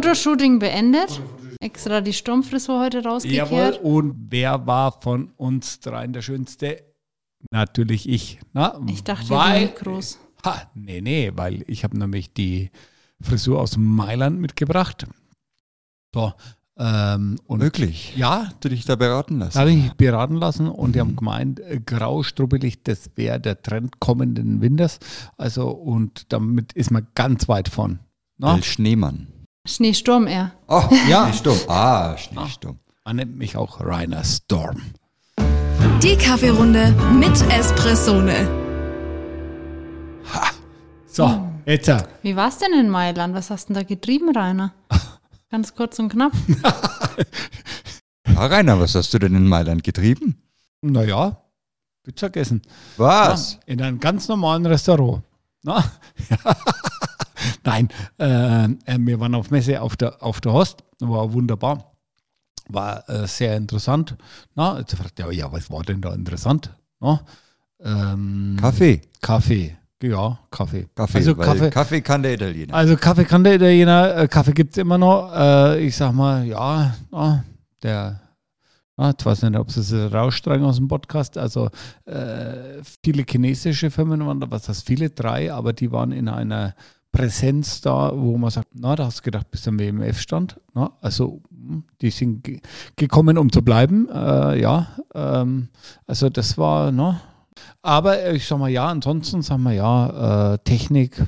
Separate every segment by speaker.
Speaker 1: Fotoshooting beendet. Extra die Sturmfrisur heute rausgekehrt.
Speaker 2: Jawohl, und wer war von uns dreien der Schönste? Natürlich ich. Na,
Speaker 1: Ich dachte, die Mikros.
Speaker 2: Ha, nee, nee, weil ich habe nämlich die Frisur aus Mailand mitgebracht. So, ähm, und
Speaker 3: Wirklich?
Speaker 2: Ja,
Speaker 3: Hast du dich da beraten
Speaker 2: da
Speaker 3: lassen?
Speaker 2: habe ich mich beraten lassen und die haben gemeint, äh, grau, strubbelig, das wäre der Trend kommenden Winters. Also, und damit ist man ganz weit von. Na?
Speaker 3: El Schneemann.
Speaker 1: Schneesturm eher.
Speaker 3: Oh, ja. Schneesturm. Ah, Schneesturm.
Speaker 2: Man nennt mich auch Rainer Storm.
Speaker 4: Die Kaffeerunde mit Espressone.
Speaker 2: So,
Speaker 1: Mhm.
Speaker 2: jetzt. äh,
Speaker 1: Wie war es denn in Mailand? Was hast du denn da getrieben, Rainer? Ganz kurz und knapp.
Speaker 2: äh,
Speaker 3: Ah, Rainer, was hast du denn in Mailand getrieben?
Speaker 2: Naja, Pizza gegessen.
Speaker 3: Was?
Speaker 2: In einem ganz normalen Restaurant. Na? Nein, äh, äh, wir waren auf Messe auf der, auf der Host, war wunderbar, war äh, sehr interessant. Na, jetzt fragt er, ja, was war denn da interessant? Na, ähm,
Speaker 3: Kaffee.
Speaker 2: Kaffee, ja, Kaffee.
Speaker 3: Kaffee,
Speaker 2: also
Speaker 3: weil
Speaker 2: Kaffee,
Speaker 3: Kaffee kann der Italiener.
Speaker 2: also Kaffee kann der Italiener, äh, Kaffee gibt es immer noch. Äh, ich sag mal, ja, na, der, na, ich weiß nicht, ob sie es rausstreichen aus dem Podcast. Also äh, viele chinesische Firmen waren da, was heißt viele, drei, aber die waren in einer Präsenz da, wo man sagt, na, da hast du gedacht, bist du am WMF stand. Na, also hm, die sind ge gekommen, um zu bleiben. Äh, ja, ähm, also das war, ne? Aber äh, ich sag mal, ja, ansonsten sag mal, ja, äh, Technik,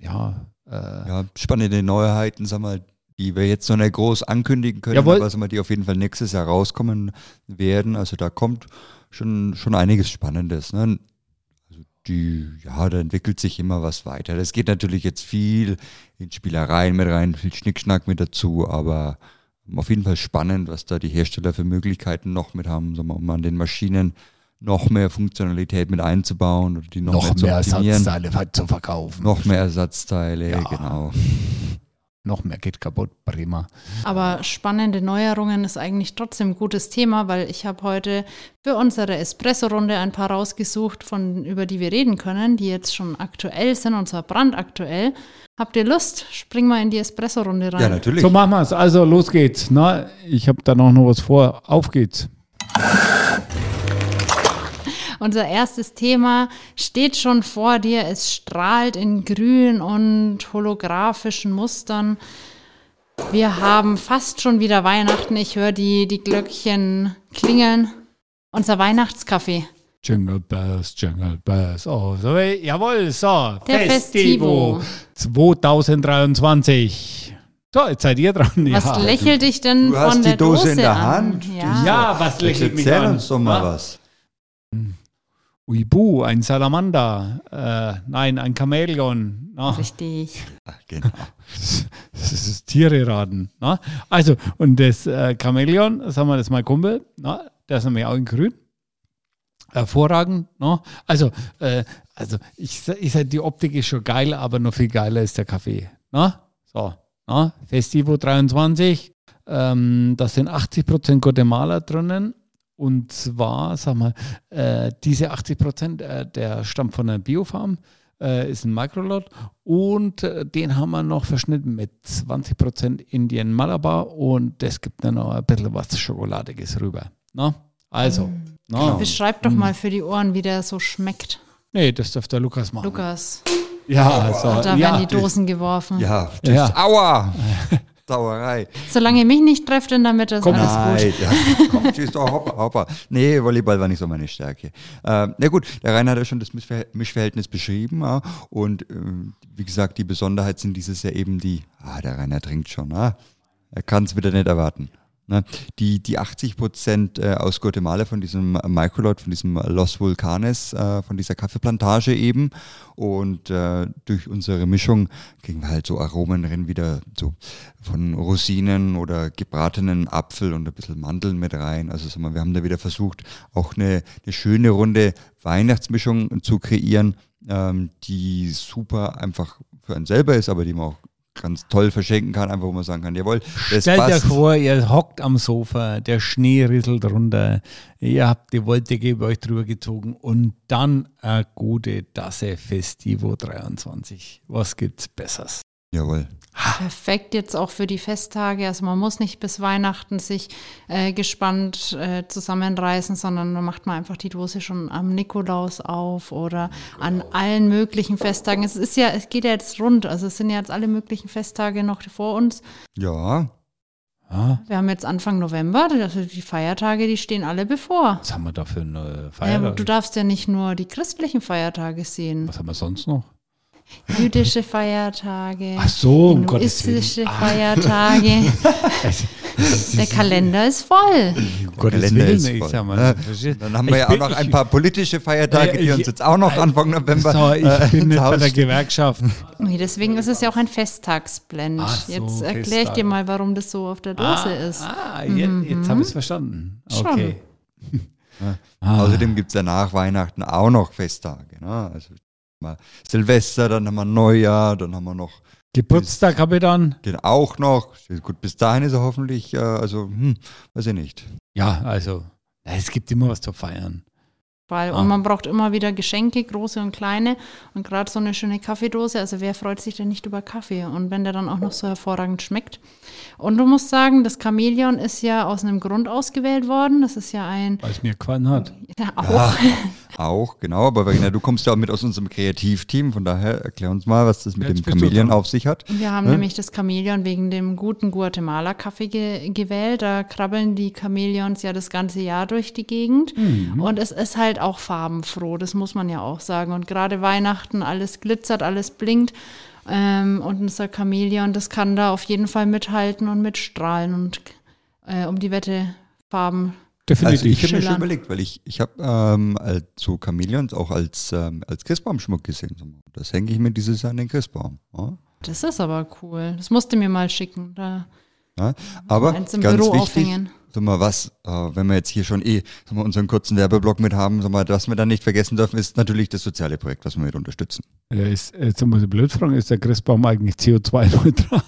Speaker 2: ja, äh,
Speaker 3: Ja, spannende Neuheiten, sag mal, die wir jetzt noch nicht groß ankündigen können,
Speaker 2: Jawohl.
Speaker 3: aber sag mal, die auf jeden Fall nächstes Jahr rauskommen werden. Also da kommt schon, schon einiges Spannendes. Ne? Also die, ja, da entwickelt sich immer was weiter. Das geht natürlich jetzt viel in Spielereien mit rein, viel Schnickschnack mit dazu, aber auf jeden Fall spannend, was da die Hersteller für Möglichkeiten noch mit haben, sag mal, um an den Maschinen noch mehr Funktionalität mit einzubauen oder die noch,
Speaker 2: noch mehr
Speaker 3: zu optimieren.
Speaker 2: Ersatzteile ver- zu verkaufen.
Speaker 3: Noch mehr Ersatzteile, genau.
Speaker 2: Noch mehr geht kaputt, prima.
Speaker 1: Aber spannende Neuerungen ist eigentlich trotzdem ein gutes Thema, weil ich habe heute für unsere Espresso-Runde ein paar rausgesucht, von, über die wir reden können, die jetzt schon aktuell sind und zwar brandaktuell. Habt ihr Lust? Spring mal in die Espresso-Runde rein.
Speaker 3: Ja, natürlich.
Speaker 2: So machen wir es. Also los geht's. Na, ich habe da noch, noch was vor. Auf geht's.
Speaker 1: Unser erstes Thema steht schon vor dir. Es strahlt in grün und holographischen Mustern. Wir haben fast schon wieder Weihnachten. Ich höre die, die Glöckchen klingeln. Unser Weihnachtskaffee.
Speaker 2: Jingle Bells, Jingle Bells. Oh, so, jawohl, so.
Speaker 1: Der Festivo.
Speaker 2: 2023. So, jetzt seid ihr dran.
Speaker 1: Was
Speaker 2: ja.
Speaker 1: lächelt dich denn
Speaker 3: also Du
Speaker 1: von
Speaker 3: hast
Speaker 1: der
Speaker 3: die Dose in der
Speaker 1: an?
Speaker 3: Hand.
Speaker 1: Ja.
Speaker 2: ja, was lächelt mich
Speaker 3: Erzähl
Speaker 2: an?
Speaker 3: uns doch mal
Speaker 2: Na?
Speaker 3: was.
Speaker 2: Uibu, ein Salamander. Äh, nein, ein Chamäleon. Na?
Speaker 1: Richtig.
Speaker 3: Ach, genau.
Speaker 2: Das ist das Tiereraden. Ne? Also, und das äh, Chamäleon, sagen wir das mal Kumpel, ne? der ist nämlich auch in grün. Hervorragend. Ne? Also, äh, also ich, sa- ich sag, die Optik ist schon geil, aber noch viel geiler ist der Kaffee. Ne? So, ne? Festivo 23, ähm, da sind 80% Guatemala drinnen. Und zwar, sag mal, äh, diese 80 Prozent, äh, der stammt von einer Biofarm, äh, ist ein Microlot. Und äh, den haben wir noch verschnitten mit 20 Prozent Indien Malabar. Und das gibt dann noch ein bisschen was Schokoladiges rüber. Na? Also, na,
Speaker 1: Beschreib
Speaker 3: Mhm.
Speaker 1: doch mal für die Ohren, wie der so schmeckt.
Speaker 2: nee, das darf der Lukas machen.
Speaker 1: Lukas,
Speaker 2: Ja, so,
Speaker 1: da
Speaker 2: ja.
Speaker 1: werden die Dosen geworfen.
Speaker 3: Ja, das
Speaker 2: Ja.
Speaker 3: Aua! Sauerei.
Speaker 1: Solange ihr mich nicht trefft in der Mitte, ist
Speaker 2: Komm.
Speaker 1: alles gut.
Speaker 3: Nein, ja, komm, tschüss, oh, hoppa, hoppa. Nee, Volleyball war nicht so meine Stärke. Ähm, na gut, der Rainer hat ja schon das Mischver- Mischverhältnis beschrieben. Ja, und ähm, wie gesagt, die Besonderheit sind dieses Jahr eben die, ah, der Rainer trinkt schon, ah, er kann es wieder nicht erwarten. Ne? Die, die 80 Prozent äh, aus Guatemala von diesem Microlot, von diesem Los Vulcanes, äh, von dieser Kaffeeplantage eben. Und äh, durch unsere Mischung kriegen wir halt so Aromen drin, wieder so von Rosinen oder gebratenen Apfel und ein bisschen Mandeln mit rein. Also sag mal, wir haben da wieder versucht, auch eine, eine schöne runde Weihnachtsmischung zu kreieren, ähm, die super einfach für einen selber ist, aber die man auch ganz toll verschenken kann, einfach wo man sagen kann, jawohl, das
Speaker 2: Stellt euch
Speaker 3: passt.
Speaker 2: vor, ihr hockt am Sofa, der Schnee risselt runter, ihr habt die Wolldecke über euch drüber gezogen und dann eine gute Tasse Festivo 23. Was gibt's Besseres?
Speaker 3: Jawohl.
Speaker 1: Perfekt jetzt auch für die Festtage. Also man muss nicht bis Weihnachten sich äh, gespannt äh, zusammenreißen, sondern dann macht man einfach die Dose schon am Nikolaus auf oder an allen möglichen Festtagen. Es ist ja, es geht ja jetzt rund. Also es sind ja jetzt alle möglichen Festtage noch vor uns.
Speaker 3: Ja.
Speaker 2: Ah,
Speaker 1: Wir haben jetzt Anfang November, also die Feiertage, die stehen alle bevor.
Speaker 2: was haben wir da für eine
Speaker 1: Ähm,
Speaker 2: Feiertag?
Speaker 1: du darfst ja nicht nur die christlichen Feiertage sehen.
Speaker 2: was haben wir sonst noch?
Speaker 1: Jüdische Feiertage.
Speaker 2: Ach so, um Gottes Willen.
Speaker 1: hinduistische Feiertage. Der Kalender ist voll.
Speaker 2: Um Gottes
Speaker 3: Kalender
Speaker 2: Willen,
Speaker 3: ist
Speaker 2: ich
Speaker 3: voll.
Speaker 2: sag mal,
Speaker 3: Ja,
Speaker 2: verstehst du?
Speaker 3: Dann haben
Speaker 2: Ich
Speaker 3: wir ja auch
Speaker 2: bin-
Speaker 3: noch ein
Speaker 2: ich-
Speaker 3: paar politische Feiertage,
Speaker 2: Ja,
Speaker 3: die
Speaker 2: ich-
Speaker 3: uns jetzt auch noch Anfang November.
Speaker 2: So,
Speaker 3: äh,
Speaker 2: ich bin
Speaker 3: ins
Speaker 2: nicht bei
Speaker 3: Haus
Speaker 2: der Gewerkschaft.
Speaker 1: Nee, deswegen ist es ja auch ein Festtagsblend.
Speaker 2: Ach so,
Speaker 1: Jetzt erkläre ich
Speaker 2: Festtage.
Speaker 1: dir mal, warum das so auf der Dose ist. Mhm.
Speaker 2: Ah, jetzt, jetzt habe ich es verstanden.
Speaker 1: Schon.
Speaker 2: Okay. Ah. Also,
Speaker 3: Außerdem gibt es ja nach Weihnachten auch noch Festtage. Ne? Also mal Silvester, dann haben wir Neujahr, dann haben wir noch
Speaker 2: Geburtstag habe ich dann.
Speaker 3: den auch noch. Gut, bis dahin ist er hoffentlich, äh, also hm, weiß ich nicht.
Speaker 2: Ja, also, es gibt immer was zu feiern.
Speaker 1: Weil,
Speaker 2: Ah.
Speaker 1: Und man braucht immer wieder Geschenke, große und kleine. Und gerade so eine schöne Kaffeedose. Also wer freut sich denn nicht über Kaffee? Und wenn der dann auch noch so hervorragend schmeckt. Und du musst sagen, das Chamäleon ist ja aus einem Grund ausgewählt worden. Das ist ja ein
Speaker 2: Weil es mir gefallen hat.
Speaker 1: ja, auch
Speaker 3: Auch, genau. Aber Verena, du kommst ja mit aus unserem Kreativteam, von daher erklär uns mal, was das mit
Speaker 2: Jetzt
Speaker 3: dem
Speaker 2: bist du
Speaker 3: Chamäleon
Speaker 2: dran.
Speaker 3: auf sich hat. ne?
Speaker 1: Wir haben nämlich das Chamäleon wegen dem guten Guatemala-Kaffee ge gewählt. Da krabbeln die Chamäleons ja das ganze Jahr durch die Gegend.
Speaker 3: Mhm.
Speaker 1: Und es ist halt auch farbenfroh, das muss man ja auch sagen. Und gerade Weihnachten, alles glitzert, alles blinkt. Ähm, und unser Chamäleon, das kann da auf jeden Fall mithalten und mitstrahlen und äh, um die Wette Farben.
Speaker 3: Also ich habe mir schon
Speaker 1: Schillern.
Speaker 3: überlegt, weil ich, ich habe ähm, als- so Chamäleons auch als, ähm, als Christbaumschmuck gesehen. Das hänge ich mir dieses Jahr an den Christbaum. Ja?
Speaker 1: Das ist aber cool. Das musst du mir mal schicken. Da
Speaker 3: Ja? Aber
Speaker 1: Eins
Speaker 3: ganz
Speaker 1: im Büro
Speaker 3: wichtig,
Speaker 1: aufhängen.
Speaker 3: Sag mal, was, äh, wenn wir jetzt hier schon eh sag mal, unseren kurzen Werbeblock mit haben, sag mal, was wir dann nicht vergessen dürfen, ist natürlich das soziale Projekt, was wir mit unterstützen.
Speaker 2: Ja, ist, jetzt muss ich blöd fragen, ist der Christbaum eigentlich CO2-neutral?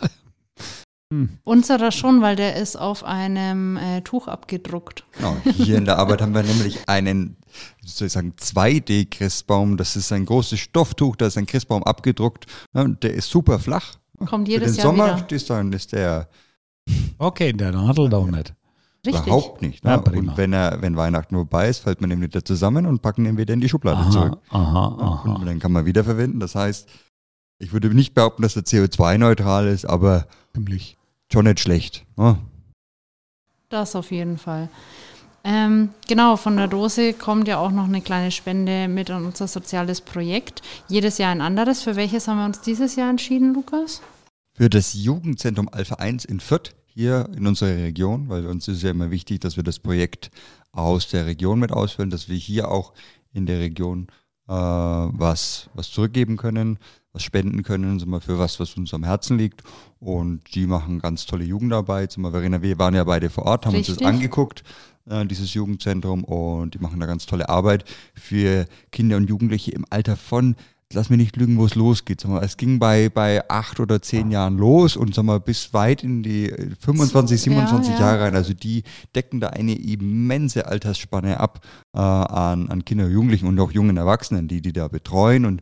Speaker 1: unserer schon, weil der ist auf einem äh, Tuch abgedruckt.
Speaker 3: Genau, hier in der Arbeit haben wir nämlich einen sozusagen 2D-Christbaum. Das ist ein großes Stofftuch, da ist ein Christbaum abgedruckt. Ja, und der ist super flach.
Speaker 1: Kommt
Speaker 3: Für den
Speaker 1: jedes Jahr
Speaker 3: Sommer
Speaker 1: wieder.
Speaker 3: ist, dann, ist der
Speaker 2: Okay, der Nadel doch nicht.
Speaker 1: Richtig.
Speaker 3: überhaupt nicht. Ne?
Speaker 2: Ja, prima.
Speaker 3: und wenn, er, wenn Weihnachten vorbei ist, fällt man ihn wieder zusammen und packen ihn wieder in die Schublade zurück.
Speaker 2: aha,
Speaker 3: Und dann kann man wieder verwenden. Das heißt, ich würde nicht behaupten, dass er CO2-neutral ist, aber
Speaker 2: Ziemlich.
Speaker 3: schon nicht schlecht. Ne?
Speaker 1: Das auf jeden Fall. Ähm, genau, von der Dose kommt ja auch noch eine kleine Spende mit an unser soziales Projekt. Jedes Jahr ein anderes. Für welches haben wir uns dieses Jahr entschieden, Lukas?
Speaker 3: für das Jugendzentrum Alpha 1 in Fürth hier in unserer Region, weil uns ist ja immer wichtig, dass wir das Projekt aus der Region mit ausfüllen, dass wir hier auch in der Region äh, was, was zurückgeben können, was spenden können, sind wir für was, was uns am Herzen liegt. Und die machen ganz tolle Jugendarbeit. Sind wir, Verena, wir waren ja beide vor Ort, haben uns
Speaker 1: Richtig.
Speaker 3: das angeguckt, äh, dieses Jugendzentrum, und die machen da ganz tolle Arbeit für Kinder und Jugendliche im Alter von lass mich nicht lügen, wo es losgeht. Sag mal, es ging bei, bei acht oder zehn Jahren los und sag mal, bis weit in die äh, 25,
Speaker 1: Ja,
Speaker 3: 27
Speaker 1: ja.
Speaker 3: Jahre rein. Also die decken da eine immense Altersspanne ab äh, an, an Kinder, Jugendlichen und auch jungen Erwachsenen, die die da betreuen und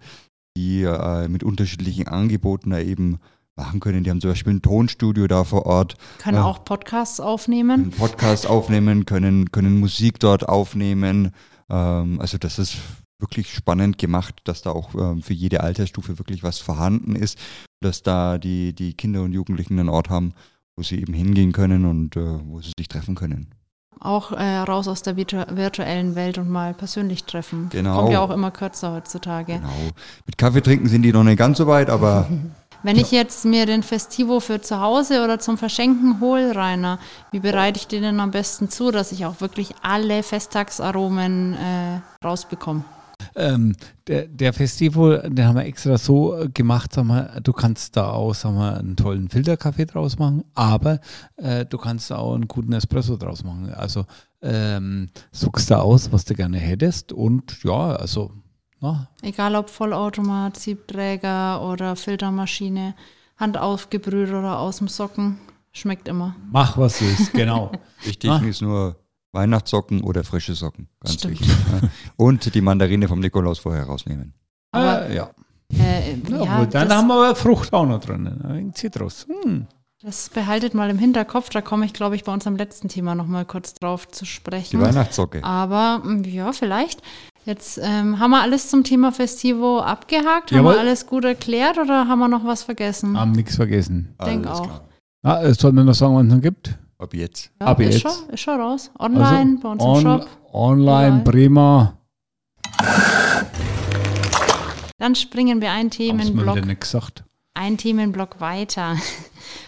Speaker 3: die äh, mit unterschiedlichen Angeboten da eben machen können. Die haben zum Beispiel ein Tonstudio da vor Ort,
Speaker 1: Können
Speaker 3: Ja.
Speaker 1: auch Podcasts aufnehmen.
Speaker 3: einen Podcast aufnehmen können, können Musik dort aufnehmen. Ähm, also das ist wirklich spannend gemacht, dass da auch ähm, für jede Altersstufe wirklich was vorhanden ist, dass da die, die Kinder und Jugendlichen einen Ort haben, wo sie eben hingehen können und äh, wo sie sich treffen können.
Speaker 1: Auch äh, raus aus der virtu virtuellen Welt und mal persönlich treffen.
Speaker 3: Genau.
Speaker 1: Kommt ja auch immer kürzer heutzutage.
Speaker 3: Genau. Mit Kaffee trinken sind die noch nicht ganz so weit, aber
Speaker 1: Wenn ich jetzt mir den Festivo für zu Hause oder zum Verschenken hole, Rainer, wie bereite ich den denn am besten zu, dass ich auch wirklich alle Festtagsaromen äh, rausbekomme?
Speaker 2: Ähm, der, der Festival, den haben wir extra so äh, gemacht, sag mal, du kannst da auch sag mal, einen tollen Filterkaffee draus machen, aber äh, du kannst da auch einen guten Espresso draus machen. Also ähm, suchst da aus, was du gerne hättest und ja, also, na,
Speaker 1: Egal ob Vollautomat, Siebträger oder Filtermaschine, handaufgebrüht oder aus dem Socken, schmeckt immer.
Speaker 2: mach was du willst, genau.
Speaker 3: wichtig
Speaker 2: Ah.
Speaker 3: ist nur Weihnachtssocken oder frische Socken. Ganz ne?
Speaker 1: Stimmt.
Speaker 3: wichtig. Ja. Und die Mandarine vom Nikolaus vorher rausnehmen.
Speaker 1: Aber
Speaker 2: äh, ja.
Speaker 1: Äh,
Speaker 2: Ja,
Speaker 1: ja,
Speaker 2: gut, dann
Speaker 1: das,
Speaker 2: haben wir aber Frucht auch noch drin, ne? ein wenig Zitrus. Hm.
Speaker 1: das behaltet mal im Hinterkopf. Da komme ich, glaube ich, bei uns am letzten Thema nochmal kurz drauf zu
Speaker 3: Die
Speaker 1: sprechen.
Speaker 3: Weihnachtssocke.
Speaker 1: Aber mm, ja, vielleicht. Jetzt ähm, haben wir alles zum Thema Festivo abgehakt. Haben
Speaker 2: Jawohl. Ah,
Speaker 1: wir alles gut erklärt oder haben wir noch was vergessen?
Speaker 2: Haben nichts vergessen.
Speaker 1: Ich denke
Speaker 3: Alles
Speaker 1: auch.
Speaker 3: klar.
Speaker 2: Ah, es sollte man noch sagen, wann es noch gibt.
Speaker 3: Ab jetzt.
Speaker 1: Ja,
Speaker 2: Ab
Speaker 1: ist,
Speaker 2: jetzt. Also
Speaker 1: Schon, ist schon raus. Online, bei uns im Shop.
Speaker 2: Online,
Speaker 1: Überall.
Speaker 2: Bremer.
Speaker 1: Dann springen wir einen
Speaker 2: Haben es mal
Speaker 1: Themenblock,
Speaker 2: wieder nicht gesagt.
Speaker 1: einen Themenblock weiter.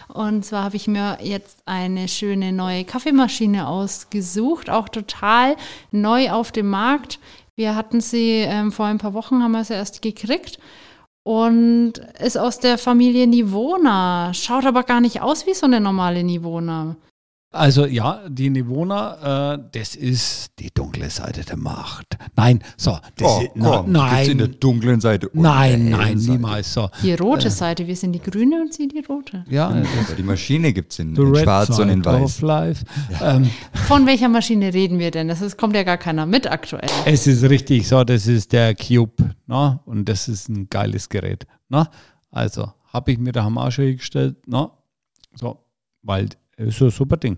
Speaker 1: Und zwar habe ich mir jetzt eine schöne neue Kaffeemaschine ausgesucht, auch total neu auf dem Markt. Wir hatten sie ähm, vor ein paar Wochen, haben wir sie erst gekriegt und ist aus der Familie Nivona. Schaut aber gar nicht aus wie so eine normale Nivona.
Speaker 2: Also ja, die Nivona, äh, das ist die dunkle Seite der Macht. Nein, so, das
Speaker 3: Oh,
Speaker 2: ist, na,
Speaker 3: komm, gibt's in der
Speaker 2: nein,
Speaker 3: dunklen Seite. und der
Speaker 2: nein,
Speaker 3: hellen
Speaker 2: nein,
Speaker 3: Seite.
Speaker 2: niemals so.
Speaker 1: Die rote Seite, wir sind die grüne und sie die rote.
Speaker 2: Ja,
Speaker 3: Aber die Maschine gibt es in,
Speaker 2: the
Speaker 3: in
Speaker 2: red
Speaker 3: schwarz und
Speaker 2: side
Speaker 3: in weiß.
Speaker 2: of life. Ähm,
Speaker 1: Von welcher Maschine reden wir denn? Das ist, kommt ja gar keiner mit aktuell.
Speaker 2: Es ist richtig so, das ist der Cube. Ne? Und das ist ein geiles Gerät. Ne? Also, habe ich mir der Hamasche hingestellt. Ne? So, weil das ist so ein super Ding.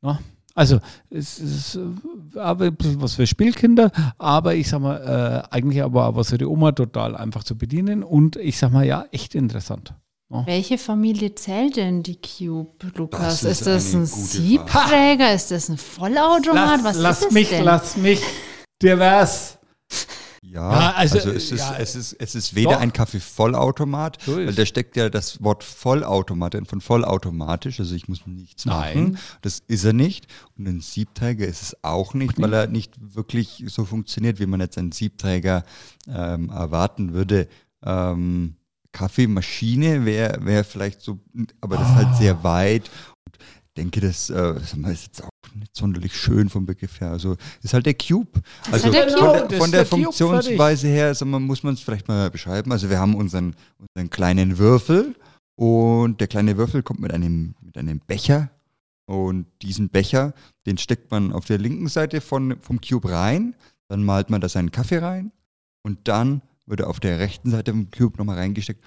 Speaker 2: Ne? Also, es ist äh, aber ein bisschen was für Spielkinder, aber ich sag mal, äh, eigentlich aber auch was für die Oma total einfach zu bedienen und ich sag mal, ja, echt interessant.
Speaker 1: Welche Familie zählt denn die Cube, Lukas?
Speaker 3: Das
Speaker 1: ist,
Speaker 3: ist
Speaker 1: das
Speaker 3: eine
Speaker 1: ein
Speaker 3: gute Frage.
Speaker 1: Siebträger? Ist das ein Vollautomat? Was ist das
Speaker 2: mich,
Speaker 1: denn?
Speaker 2: lass mich divers.
Speaker 3: Ja,
Speaker 2: Ja, also,
Speaker 3: also, es, ist,
Speaker 2: ja,
Speaker 3: es, ist, es ist weder
Speaker 2: doch.
Speaker 3: ein Kaffee-Vollautomat,
Speaker 2: So ist
Speaker 3: weil da steckt ja das Wort Vollautomat drin, von vollautomatisch, also ich muss nichts
Speaker 2: Nein.
Speaker 3: machen. Das ist er nicht. Und ein Siebträger ist es auch nicht, weil er nicht wirklich so funktioniert, wie man jetzt einen Siebträger ähm, erwarten würde. Ähm, Kaffeemaschine wäre wär vielleicht so, aber das ist halt sehr
Speaker 2: Ah.
Speaker 3: weit. Und denke, das äh, sag mal, ist jetzt auch nicht sonderlich schön vom Begriff her. Also ist halt der Cube. Also
Speaker 1: halt der
Speaker 3: von
Speaker 1: Cube.
Speaker 3: der,
Speaker 2: Das ist
Speaker 3: von
Speaker 2: der
Speaker 3: der
Speaker 2: Cube,
Speaker 3: Funktionsweise her also man, muss man es vielleicht mal beschreiben. Also wir haben unseren, unseren kleinen Würfel und der kleine Würfel kommt mit einem, mit einem Becher und diesen Becher, den steckt man auf der linken Seite von, vom Cube rein, dann malt man da seinen Kaffee rein und dann wird er auf der rechten Seite vom Cube nochmal reingesteckt.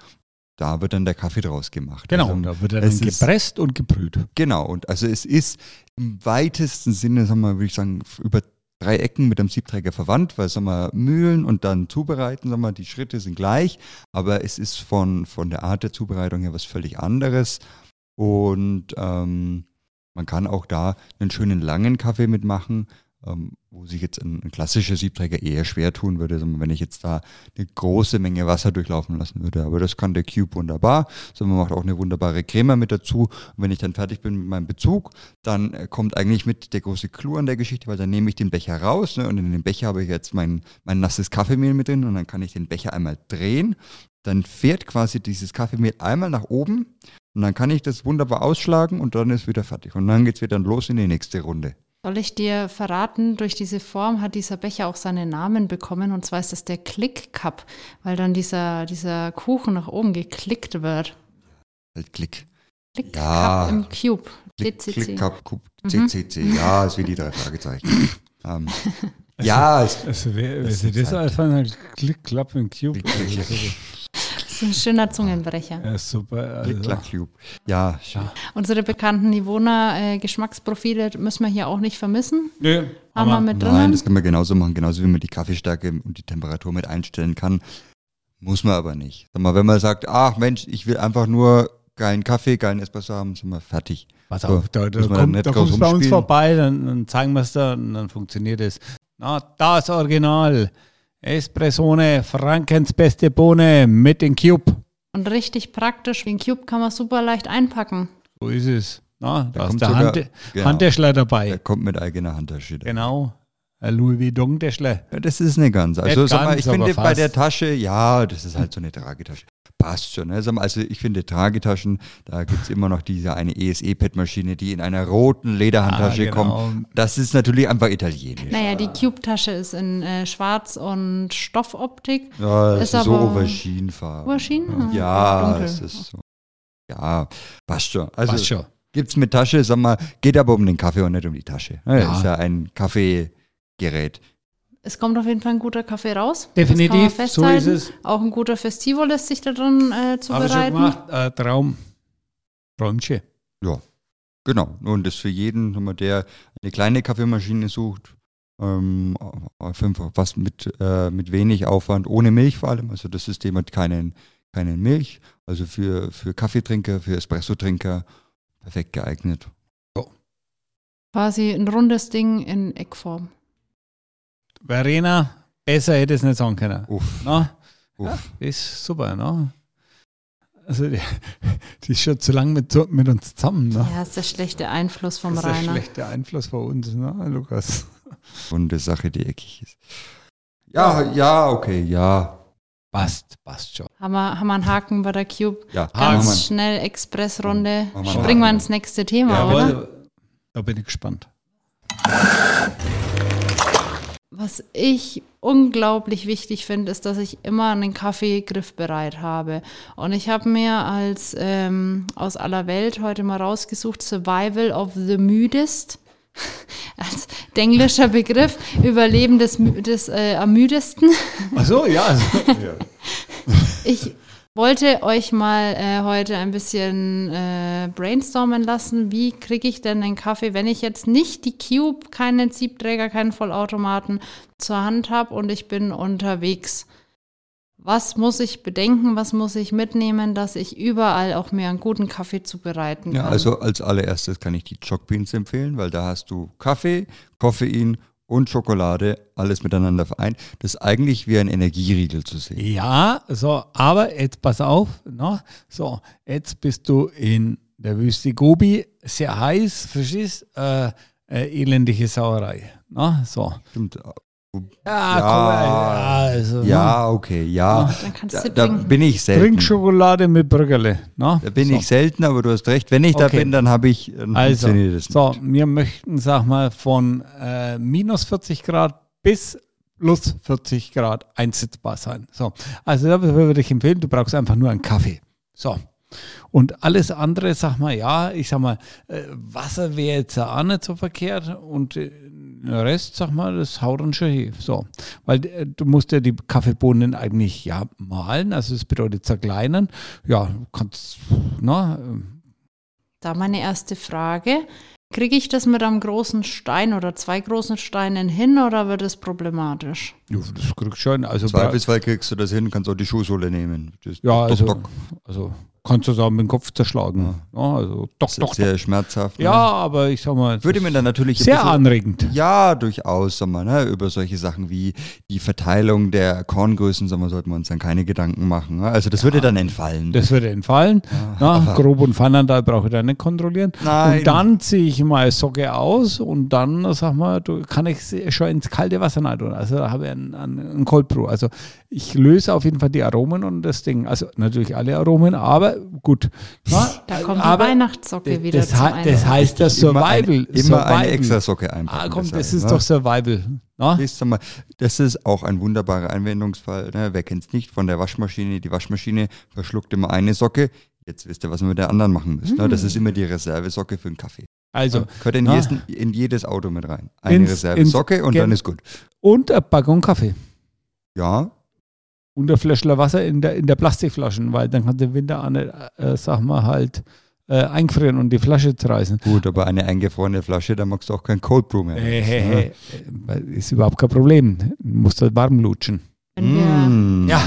Speaker 3: Da wird dann der Kaffee draus gemacht.
Speaker 2: Genau,
Speaker 3: Also,
Speaker 2: da wird er dann
Speaker 3: es ist-
Speaker 2: gepresst und gebrüht.
Speaker 3: Genau, und also es ist im weitesten Sinne, sagen wir, würde ich sagen, über drei Ecken mit einem Siebträger verwandt, weil, sagen wir, mühlen und dann zubereiten, sagen wir, die Schritte sind gleich, aber es ist von, von der Art der Zubereitung her was völlig anderes und ähm, man kann auch da einen schönen langen Kaffee mitmachen, ähm, wo sich jetzt ein, ein klassischer Siebträger eher schwer tun würde, sagen wir, wenn ich jetzt da eine große Menge Wasser durchlaufen lassen würde, aber das kann der Cube wunderbar, sondern man macht auch eine wunderbare Crema mit dazu und wenn ich dann fertig bin mit meinem Bezug, dann äh, kommt eigentlich mit der große Clou an der Geschichte, weil dann nehme ich den Becher raus ne, und in den Becher habe ich jetzt mein, mein nasses Kaffeemehl mit drin und dann kann ich den Becher einmal drehen. Dann fährt quasi dieses Kaffeemehl einmal nach oben und dann kann ich das wunderbar ausschlagen und dann ist wieder fertig. Und dann geht es wieder los in die nächste Runde.
Speaker 1: Soll ich dir verraten, durch diese Form hat dieser Becher auch seinen Namen bekommen und zwar ist das der Click Cup, weil dann dieser, dieser Kuchen nach oben geklickt wird.
Speaker 3: Halt Klick.
Speaker 1: Click
Speaker 3: Ja.
Speaker 1: Cup im Cube.
Speaker 3: Klick,
Speaker 1: CCC.
Speaker 3: Klick, Kap, Kup, CCC. Ja, ist wie die drei Fragezeichen. ähm, ja, ist
Speaker 2: Also, wer,
Speaker 3: Das
Speaker 2: wer
Speaker 3: ist
Speaker 2: sich das
Speaker 3: halt-
Speaker 2: einfallen hat, klick, klapp im Cube.
Speaker 3: Klick, klick.
Speaker 2: Also,
Speaker 1: Das ist ein schöner Zungenbrecher.
Speaker 2: Ja, super.
Speaker 3: Klick,
Speaker 2: Also,
Speaker 3: Klack, Cube. Ja, schön.
Speaker 1: Unsere bekannten Nivona-Geschmacksprofile müssen wir hier auch nicht vermissen.
Speaker 2: Nö,
Speaker 1: Haben wir
Speaker 2: aber
Speaker 1: mit
Speaker 3: Nein,
Speaker 1: drinnen.
Speaker 3: das kann man genauso machen, genauso wie man die Kaffeestärke und die Temperatur mit einstellen kann. Muss man aber nicht. Sag mal, wenn man sagt, ach Mensch, ich will einfach nur geilen Kaffee, geilen Espresso haben, sind wir fertig.
Speaker 2: pass
Speaker 3: So,
Speaker 2: auf, da, da,
Speaker 3: muss man
Speaker 2: komm,
Speaker 3: nicht
Speaker 2: da
Speaker 3: groß
Speaker 2: kommst du bei uns
Speaker 3: rumspielen.
Speaker 2: vorbei, dann, dann zeigen wir es da und dann funktioniert es. Na, das Original. Espressone, Frankens beste Bohne mit dem Cube.
Speaker 1: Und richtig praktisch. Den Cube kann man super leicht einpacken.
Speaker 2: So ist es. Na, da, ist
Speaker 3: kommt
Speaker 2: der
Speaker 3: sogar-
Speaker 2: Hand,
Speaker 3: genau.
Speaker 2: Handtäschler
Speaker 3: Er
Speaker 2: dabei.
Speaker 3: kommt mit eigener Handtasche.
Speaker 2: Genau. Ein Louis Vuitton-Täschler.
Speaker 3: Ja, das ist eine ganze. Also
Speaker 2: Nicht
Speaker 3: sag mal,
Speaker 2: ganz,
Speaker 3: ich finde
Speaker 2: aber
Speaker 3: bei der
Speaker 2: fast.
Speaker 3: Tasche, ja, das ist halt so eine Tragetasche. Passt schon. Ne? Sag mal, Also ich finde Tragetaschen, da gibt es immer noch diese eine ESE-Pad-Maschine, die in einer roten Lederhandtasche
Speaker 2: Ah, genau.
Speaker 3: kommt. Das ist natürlich einfach italienisch.
Speaker 1: Naja, die Cube-Tasche ist in äh, Schwarz und Stoffoptik.
Speaker 3: Ja, das
Speaker 1: Ist
Speaker 3: ist, so
Speaker 1: aber-
Speaker 3: Auberginenfarben.
Speaker 1: Aubergine?
Speaker 3: Ja,
Speaker 1: Dunkel.
Speaker 3: es ist so. Ja, passt schon. Also
Speaker 2: Passt schon.
Speaker 3: gibt's mit Tasche, sag mal, geht aber um den Kaffee und nicht um die Tasche. ne? Ja,
Speaker 2: Ja.
Speaker 3: Ist ja ein Kaffeegerät.
Speaker 1: es kommt auf jeden Fall ein guter Kaffee raus.
Speaker 2: Definitiv,
Speaker 1: das kann man
Speaker 2: so
Speaker 1: festhalten.
Speaker 2: ist es.
Speaker 1: Auch ein guter Festival lässt sich da drin äh,
Speaker 2: Habe ich schon
Speaker 1: zubereiten.
Speaker 2: gemacht. Äh, Traum. Träumchen.
Speaker 3: Ja, genau. Und das für jeden, wenn man der eine kleine Kaffeemaschine sucht, ähm, auf jeden Fall was mit, äh, mit wenig Aufwand, ohne Milch vor allem. Also das System hat keinen, keinen Milch. Also für, für Kaffeetrinker, für Espressotrinker perfekt geeignet.
Speaker 1: Quasi ein rundes Ding in Eckform.
Speaker 2: Verena, besser hätte es nicht sagen können.
Speaker 3: Uff,
Speaker 2: Na?
Speaker 3: uff.
Speaker 2: Ja, ist super, ne? Also die, die ist schon zu lange mit, so- mit uns zusammen, ne?
Speaker 1: Ja, ist der schlechte Einfluss vom
Speaker 2: Das ist ein
Speaker 1: Rainer.
Speaker 2: schlechter Einfluss von uns, ne, Lukas?
Speaker 3: Runde Sache, die eckig ist. Ja, ja, okay, ja.
Speaker 2: Passt, passt schon.
Speaker 1: Haben wir, haben wir einen Haken bei der Cube.
Speaker 3: ja.
Speaker 1: Ganz
Speaker 3: Mann.
Speaker 1: schnell Expressrunde.
Speaker 3: Machen wir einen
Speaker 1: Springen wir
Speaker 3: Haken.
Speaker 1: ins nächste Thema, oder?
Speaker 2: Jawohl, da bin ich gespannt.
Speaker 1: Was ich unglaublich wichtig finde, ist, dass ich immer einen Kaffee griffbereit habe. Und ich habe mir als ähm, aus aller Welt heute mal rausgesucht Survival of the Müdest. Als englischer Begriff, Überleben des, Mü- des äh, am müdesten.
Speaker 2: Ach so, ja. Also,
Speaker 1: Ich wollte euch mal äh, heute ein bisschen äh, brainstormen lassen. Wie kriege ich denn den Kaffee, wenn ich jetzt nicht die Cube, keinen Siebträger, keinen Vollautomaten zur Hand habe und ich bin unterwegs? Was muss ich bedenken? Was muss ich mitnehmen, dass ich überall auch mir einen guten Kaffee zubereiten kann?
Speaker 3: Ja, also als allererstes kann ich die Jogbeans empfehlen, weil da hast du Kaffee, Koffein und Schokolade, alles miteinander vereint. Das ist eigentlich wie ein Energieriegel zu sehen.
Speaker 2: ja, so, aber jetzt pass auf, ne? So, jetzt bist du in der Wüste Gobi, sehr heiß, verstehst? Äh, äh, elendige Sauerei, ne? So.
Speaker 3: Stimmt.
Speaker 2: Ja,
Speaker 3: Ja.
Speaker 2: komm, Ah, also, ne?
Speaker 3: Ja, okay, ja.
Speaker 1: Oh, Dann kannst
Speaker 3: Da,
Speaker 1: du
Speaker 3: da
Speaker 1: trinken.
Speaker 3: bin ich selten.
Speaker 2: Trink Schokolade mit Brüggerle, ne?
Speaker 3: Da bin
Speaker 2: so.
Speaker 3: ich selten, aber du hast recht. Wenn ich da
Speaker 2: Okay.
Speaker 3: bin, dann habe ich. Dann
Speaker 2: Also,
Speaker 3: funktioniert das
Speaker 2: so,
Speaker 3: nicht.
Speaker 2: wir möchten, sag mal, von äh, minus 40 Grad bis plus 40 Grad einsetzbar sein. So, also da würde ich empfehlen, du brauchst einfach nur einen Kaffee. So. Und alles andere, sag mal, ja, ich sag mal, äh, Wasser wäre jetzt auch nicht so verkehrt und äh, der Rest, sag mal, das haut dann schon hin. So. Weil äh, du musst ja die Kaffeebohnen eigentlich ja mahlen, also das bedeutet zerkleinern. Ja, du kannst, na, ähm,
Speaker 1: Da meine erste Frage. Kriege ich das mit einem großen Stein oder zwei großen Steinen hin oder wird es problematisch?
Speaker 2: Ja, das kriegst du schon. Also,
Speaker 3: Im Zweifelsfall kriegst du das hin, kannst auch die Schuhsohle nehmen. Das,
Speaker 2: ja,
Speaker 3: dock,
Speaker 2: also,
Speaker 3: dock.
Speaker 2: also kannst du es auch mit dem Kopf zerschlagen. Ja. also, doch,
Speaker 3: Das
Speaker 2: doch,
Speaker 3: ist
Speaker 2: doch.
Speaker 3: sehr schmerzhaft. ne?
Speaker 2: Ja, aber ich sag mal,
Speaker 3: Würde mir dann natürlich. ein
Speaker 2: sehr
Speaker 3: bisschen-
Speaker 2: anregend.
Speaker 3: Ja, durchaus, sag mal, ne, über solche Sachen wie die Verteilung der Korngrößen, sag mal, sollten wir uns dann keine Gedanken machen. Ne? Also das würde dann entfallen.
Speaker 2: Das würde entfallen. Na,
Speaker 3: aber-
Speaker 2: grob und Fernandal brauche ich da nicht kontrollieren.
Speaker 3: Ah. Nein.
Speaker 2: Und dann ziehe ich mal Socke aus und dann, sag mal, du, kann ich sie schon ins kalte Wasser rein tun. Also da habe ich einen, einen, einen Cold Brew. Also ich löse auf jeden Fall die Aromen und das Ding. Also natürlich alle Aromen, aber gut. Na,
Speaker 1: Da kommt
Speaker 2: Äh, aber
Speaker 1: die Weihnachtssocke wieder
Speaker 2: das,
Speaker 1: zum
Speaker 2: hei- das
Speaker 1: Einsatz.
Speaker 2: heißt das
Speaker 3: Immer ein-
Speaker 2: Survival.
Speaker 3: Immer eine
Speaker 2: Survival.
Speaker 3: extra Socke einpacken.
Speaker 2: Ah, komm,
Speaker 3: deshalb,
Speaker 2: das ist
Speaker 3: ne?
Speaker 2: doch Survival. ne? Na?
Speaker 3: Siehst du mal, das ist auch ein wunderbarer Anwendungsfall. Ne? Wer kennt's nicht von der Waschmaschine? Die Waschmaschine verschluckt immer eine Socke. Jetzt wisst ihr, was wir mit der anderen machen müssen. Ne? Das ist immer die Reservesocke für den
Speaker 2: Hm.
Speaker 3: Kaffee. Ne?
Speaker 2: Also,
Speaker 3: Gehört in,
Speaker 2: Ah.
Speaker 3: jeden, in jedes Auto mit rein. Eine
Speaker 2: Ins-
Speaker 3: Reservesocke
Speaker 2: ins-
Speaker 3: und dann
Speaker 2: gen-
Speaker 3: ist gut.
Speaker 2: und ein Baggon Kaffee.
Speaker 3: Ja,
Speaker 2: Und ein Fläschler Wasser in der, in der Plastikflaschen, weil dann kann der Winter auch nicht, äh, sag mal, halt äh, einfrieren und die Flasche zerreißen.
Speaker 3: gut, aber eine eingefrorene Flasche, da magst du auch kein Cold Brew mehr. ne?
Speaker 2: Hey, hey, hey. Äh, Ist überhaupt kein Problem. Muss halt warm lutschen.
Speaker 1: Wenn
Speaker 2: Hm.
Speaker 1: wir
Speaker 3: Mm.
Speaker 2: Ja.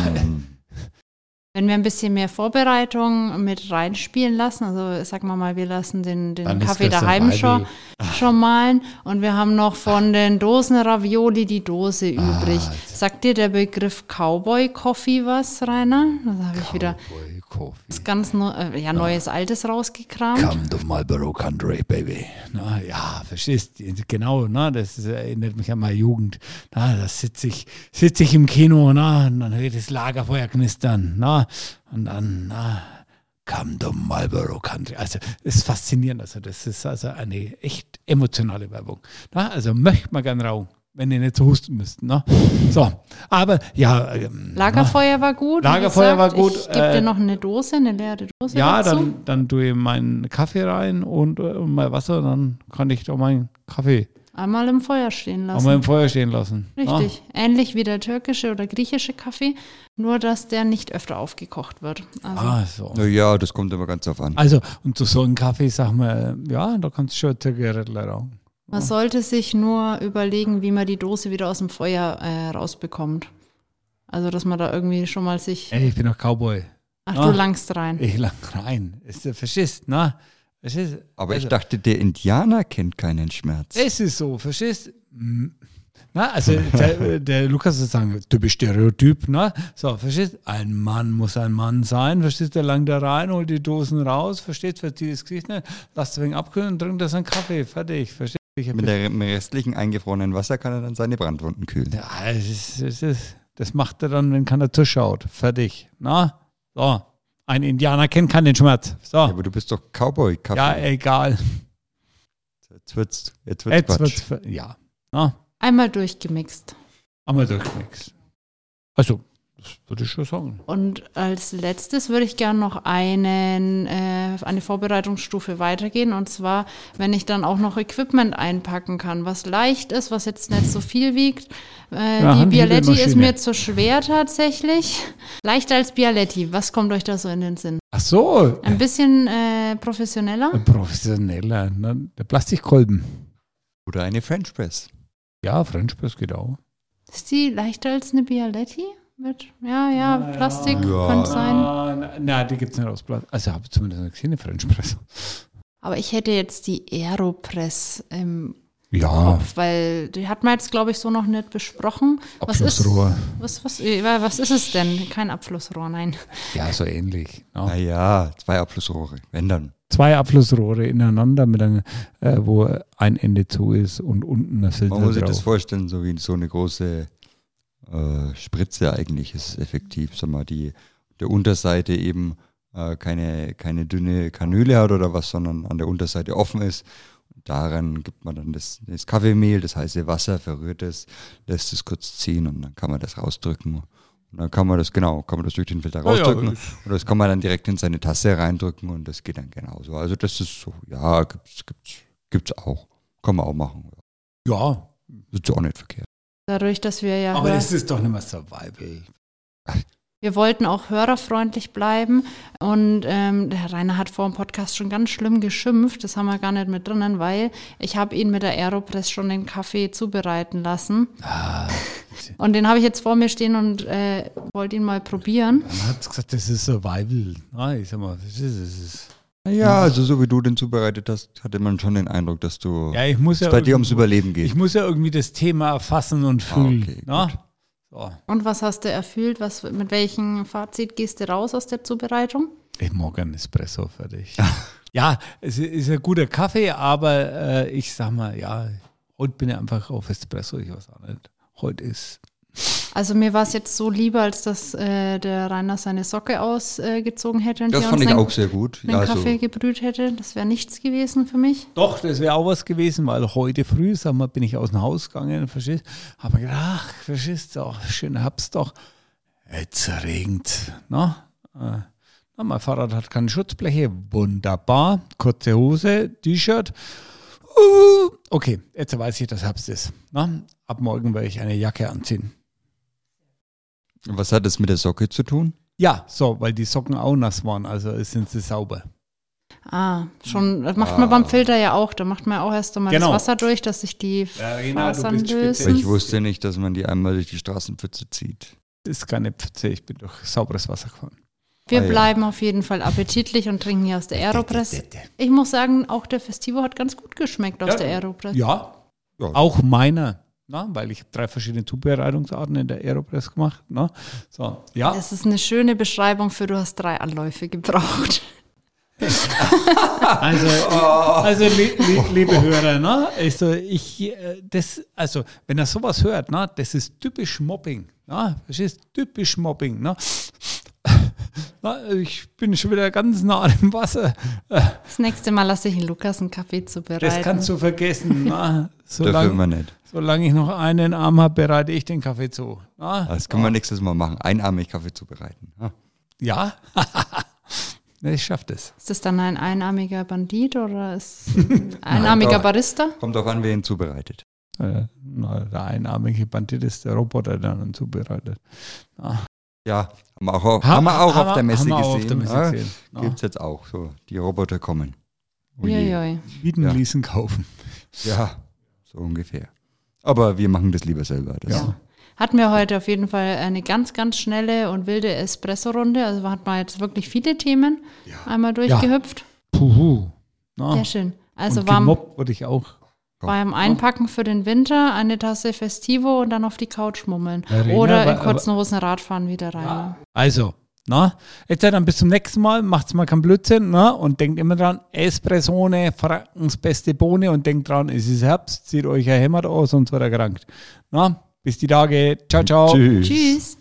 Speaker 1: Wenn wir ein bisschen mehr Vorbereitung mit reinspielen lassen, also sagen wir mal, wir lassen den, den
Speaker 2: Dann ist
Speaker 1: Kaffee
Speaker 2: das
Speaker 1: daheim schon,
Speaker 2: Survival.
Speaker 1: schon malen und wir haben noch von den Dosen Ravioli die
Speaker 2: Ah,
Speaker 1: Dose übrig. Sagt dir der Begriff Cowboy Coffee was, Rainer? Da habe ich wieder das ganz neu, äh, ja, neues Altes rausgekramt.
Speaker 2: Come to Marlboro Country, baby. Na, ja, verstehst du? Genau, na, das ist, erinnert mich an meine Jugend. Na, da sitze ich, sitz ich im Kino, na, und dann höre ich das Lagerfeuer knistern, na, und dann, na, Come to Marlboro Country. Also, das ist faszinierend. Also, das ist also eine echt emotionale Werbung. Na, also, möchte man gern rauchen, wenn ihr nicht so husten müsst. Na? So, aber ja. Ähm,
Speaker 1: Lagerfeuer war gut. wie
Speaker 2: Lagerfeuer war gut,
Speaker 1: Ich gebe
Speaker 2: äh,
Speaker 1: dir noch eine Dose, eine leere Dose.
Speaker 2: Ja,
Speaker 1: dazu.
Speaker 2: dann, dann tue ich meinen Kaffee rein und, äh, und mein Wasser, dann kann ich doch meinen Kaffee
Speaker 1: Einmal im Feuer stehen lassen.
Speaker 2: Einmal im Feuer stehen lassen. na?
Speaker 1: Richtig. Ähnlich wie der türkische oder griechische Kaffee, nur dass der nicht öfter aufgekocht wird. Also
Speaker 2: Ah, so.
Speaker 3: Naja, das kommt immer ganz drauf an.
Speaker 2: Also, und zu so einem Kaffee sagen wir, ja, da kannst du schon Zigaretten rauchen.
Speaker 1: man sollte sich nur überlegen, wie man die Dose wieder aus dem Feuer äh, rausbekommt. Also, dass man da irgendwie schon mal sich.
Speaker 2: Ey, ich bin doch Cowboy.
Speaker 1: Ach, du
Speaker 2: ah.
Speaker 1: langst rein.
Speaker 2: Ich lang rein. Ist der Faschist, ne? Faschist.
Speaker 3: Aber
Speaker 2: also,
Speaker 3: ich dachte, der Indianer kennt keinen Schmerz.
Speaker 2: Es ist so, Faschist. mm. Na, also der, der Lukas würde sagen, typisch Stereotyp, ne? So, verstehst Ein Mann muss ein Mann sein, verstehst Der langt da rein, holt die Dosen raus, verstehst Verzieht das Gesicht nicht, lasst es wegen abkühlen, trinkt das einen Kaffee, fertig, verstehst Ich hab
Speaker 3: Mit der, mit dem restlichen eingefrorenen Wasser kann er dann seine Brandwunden kühlen.
Speaker 2: Ja, es ist, es ist, das macht er dann, wenn keiner zuschaut. Fertig. Na? So. Ein Indianer kennt keinen Schmerz. So.
Speaker 3: Aber du bist doch Cowboy-Kaffee.
Speaker 2: Ja, egal.
Speaker 3: jetzt wird's, jetzt wird's
Speaker 2: Jetzt
Speaker 3: Quatsch.
Speaker 2: wird's, ver- ja. Na,
Speaker 1: Einmal durchgemixt.
Speaker 2: haben wir durchgemixt. Also, das würde ich schon sagen.
Speaker 1: Und als letztes würde ich gerne noch einen, äh, eine Vorbereitungsstufe weitergehen. Und zwar, wenn ich dann auch noch Equipment einpacken kann, was leicht ist, was jetzt nicht so viel wiegt. Äh,
Speaker 2: Ja,
Speaker 1: die
Speaker 2: Handhebelmaschine.
Speaker 1: Bialetti ist mir zu schwer tatsächlich. Leichter als Bialetti. Was kommt euch da so in den Sinn?
Speaker 2: Ach so.
Speaker 1: Ein bisschen äh, professioneller?
Speaker 2: Ein professioneller, ne? der Plastikkolben.
Speaker 3: Oder eine French Press.
Speaker 2: Ja, French Press geht auch.
Speaker 1: Ist die leichter als eine Bialetti? Mit, ja, ja, Plastik
Speaker 3: Ja.
Speaker 1: könnte sein.
Speaker 2: Ah, na, na, die gibt's nicht aus Plastik. Also, habe ich zumindest nicht gesehen, eine French Press.
Speaker 1: Aber ich hätte jetzt die Aeropress im
Speaker 2: Ja,
Speaker 1: Kopf, weil die hat man jetzt, glaube ich, so noch nicht besprochen. Was ist,
Speaker 2: Abflussrohr.
Speaker 1: was, was, äh, was ist es denn? Kein Abflussrohr, nein.
Speaker 2: Ja, so ähnlich. ne?
Speaker 3: Naja, zwei Abflussrohre, wenn dann.
Speaker 2: zwei Abflussrohre ineinander, mit einem, äh, wo ein Ende zu ist und unten ein Filter
Speaker 3: Man muss sich
Speaker 2: drauf.
Speaker 3: das vorstellen, so wie so eine große äh, Spritze eigentlich ist es effektiv, sag mal, die der Unterseite eben äh, keine, keine dünne Kanüle hat oder was, sondern an der Unterseite offen ist. Daran gibt man dann das, das Kaffeemehl, das heiße Wasser, verrührt es, lässt es kurz ziehen und dann kann man das rausdrücken. Und dann kann man das, genau, kann man das durch den Filter
Speaker 2: Ja, ja,
Speaker 3: rausdrücken
Speaker 2: ist-
Speaker 3: und das kann man dann direkt in seine Tasse reindrücken und das geht dann genauso. Also das ist so, ja, gibt's, gibt's, gibt's auch. Kann man auch machen.
Speaker 2: ja,
Speaker 3: Ist ja auch nicht verkehrt.
Speaker 1: Dadurch, dass wir ja,
Speaker 2: aber
Speaker 1: Hör-
Speaker 2: das ist doch nicht mehr Survival.
Speaker 1: wir wollten auch hörerfreundlich bleiben und ähm, der Herr Rainer hat vor dem Podcast schon ganz schlimm geschimpft, das haben wir gar nicht mit drinnen, weil ich habe ihn mit der Aeropress schon den Kaffee zubereiten lassen
Speaker 2: Ah.
Speaker 1: und den habe ich jetzt vor mir stehen und äh, wollte ihn mal probieren.
Speaker 2: Man hat gesagt, das ist Survival. Ah, ich sag mal, das ist, das ist.
Speaker 3: Ja, also so wie du den zubereitet hast, hatte man schon den Eindruck, dass du
Speaker 2: Ja, ich muss
Speaker 3: es
Speaker 2: ja,
Speaker 3: bei dir ums
Speaker 2: irgendwo-
Speaker 3: Überleben
Speaker 2: ich
Speaker 3: geht. Ah,
Speaker 2: muss ja irgendwie das Thema erfassen und fühlen.
Speaker 3: okay,
Speaker 2: ne? so.
Speaker 1: Und was hast du erfüllt? Was, mit welchem Fazit gehst du raus aus der Zubereitung?
Speaker 2: Ich mag einen Espresso für dich. ja, es i- ist ein guter Kaffee, aber äh, ich sag mal, ja, heute bin ich einfach auf Espresso, ich weiß auch nicht. Heute ist
Speaker 1: Also mir war es jetzt so lieber, als dass äh, der Rainer seine Socke ausgezogen äh, hätte und
Speaker 3: Das
Speaker 1: hier
Speaker 3: fand
Speaker 1: uns
Speaker 3: ich
Speaker 1: einen,
Speaker 3: auch sehr gut.
Speaker 1: einen
Speaker 3: Ja, also, so.
Speaker 1: Kaffee gebrüht hätte. Das wäre nichts gewesen für mich.
Speaker 2: Doch, das wäre auch was gewesen, weil heute früh, sag mal, bin ich aus dem Haus gegangen, verstehst? Hab mir gedacht, ach, verstehst du, ach, schön Herbst doch. Jetzt regnet, ne? Äh, Na, mein Fahrrad hat keine Schutzbleche, wunderbar. Kurze Hose, T-Shirt. Uh, okay, jetzt weiß ich, dass Herbst ist. Ne? Ab morgen werde ich eine Jacke anziehen.
Speaker 3: Was hat das mit der Socke zu tun?
Speaker 2: Ja, so, weil die Socken auch nass waren, also sind sie sauber.
Speaker 1: Ah, schon, das macht man beim Filter ja auch. Da macht man ja auch erst einmal
Speaker 2: Genau.
Speaker 1: das Wasser durch, dass sich die
Speaker 2: Verena, du
Speaker 1: Fasern
Speaker 2: bist
Speaker 1: lösen.
Speaker 2: speziell.
Speaker 3: Ich wusste nicht, dass man die einmal durch die Straßenpfütze zieht.
Speaker 2: Das ist keine Pfütze, ich bin durch sauberes Wasser gefahren.
Speaker 1: Wir
Speaker 3: Ah, ja.
Speaker 1: bleiben auf jeden Fall appetitlich und trinken hier aus der Aeropress. Ich muss sagen, auch der Festivo hat ganz gut geschmeckt aus
Speaker 2: Ja.
Speaker 1: der Aeropress.
Speaker 2: Ja,
Speaker 3: Ja.
Speaker 2: auch meiner. Na, weil ich habe drei verschiedene Zubereitungsarten in der Aeropress gemacht. Na, so, ja.
Speaker 1: Das ist eine schöne Beschreibung für du hast drei Anläufe gebraucht.
Speaker 2: Also, also li li liebe Hörer, na, also ich, äh, das, also wenn er sowas hört, na, das ist typisch Mobbing. Na, das ist typisch Mobbing. Na. Na, ich bin schon wieder ganz nah im Wasser. Äh,
Speaker 1: Das nächste Mal lasse ich den Lukas einen Kaffee zubereiten.
Speaker 2: Das kannst du vergessen. Na.
Speaker 3: Dürfen wir
Speaker 2: Solange,
Speaker 3: nicht.
Speaker 2: solange ich noch einen Arm habe, bereite ich den Kaffee zu. Na.
Speaker 3: Ah, Das können wir nächstes Mal machen. Einarmig Kaffee zubereiten. Ah,
Speaker 2: Ja. Ne, Ich schaff das.
Speaker 1: Ist das dann ein einarmiger Bandit oder ist ein einarmiger
Speaker 3: doch.
Speaker 1: Barista?
Speaker 3: Kommt auch an, wer ihn zubereitet.
Speaker 2: Äh, na, der einarmige Bandit ist der Roboter dann zubereitet.
Speaker 3: Ja, haben wir auch, haben wir auch auf der Messe
Speaker 2: haben wir auch
Speaker 3: gesehen.
Speaker 2: auf der Messe
Speaker 3: ja,
Speaker 2: gesehen. Ah. Ja.
Speaker 3: Gibt es jetzt auch. So, die Roboter kommen. Oh je.
Speaker 1: Uiuiui.
Speaker 2: Bieten,
Speaker 3: Ja.
Speaker 2: ließen, kaufen.
Speaker 3: Ja, so ungefähr. Aber wir machen das lieber selber. Das
Speaker 2: Ja.
Speaker 1: Hatten wir heute auf jeden Fall eine ganz, ganz schnelle und wilde Espresso-Runde. Also hat man jetzt wirklich viele Themen einmal durchgehüpft.
Speaker 2: Puhu.
Speaker 3: Ah.
Speaker 2: Na.
Speaker 1: Sehr schön. Also
Speaker 2: und
Speaker 1: warm,
Speaker 2: gemobbt wurde ich auch.
Speaker 1: beim Einpacken für den Winter eine Tasse Festivo und dann auf die Couch mummeln.
Speaker 2: Verena,
Speaker 1: Oder in
Speaker 2: aber-
Speaker 1: kurzen Hosen Radfahren wieder rein. ne?
Speaker 2: Also, na, jetzt dann bis zum nächsten Mal. Macht's mal keinen Blödsinn, na, und denkt immer dran, Espressone, Frankens beste Bohne und denkt dran, es ist Herbst, zieht euch ein Hemd aus, sonst wird er krank. Na, bis die Tage. Ciao, ciao.
Speaker 3: Tschüss.
Speaker 1: Tschüss.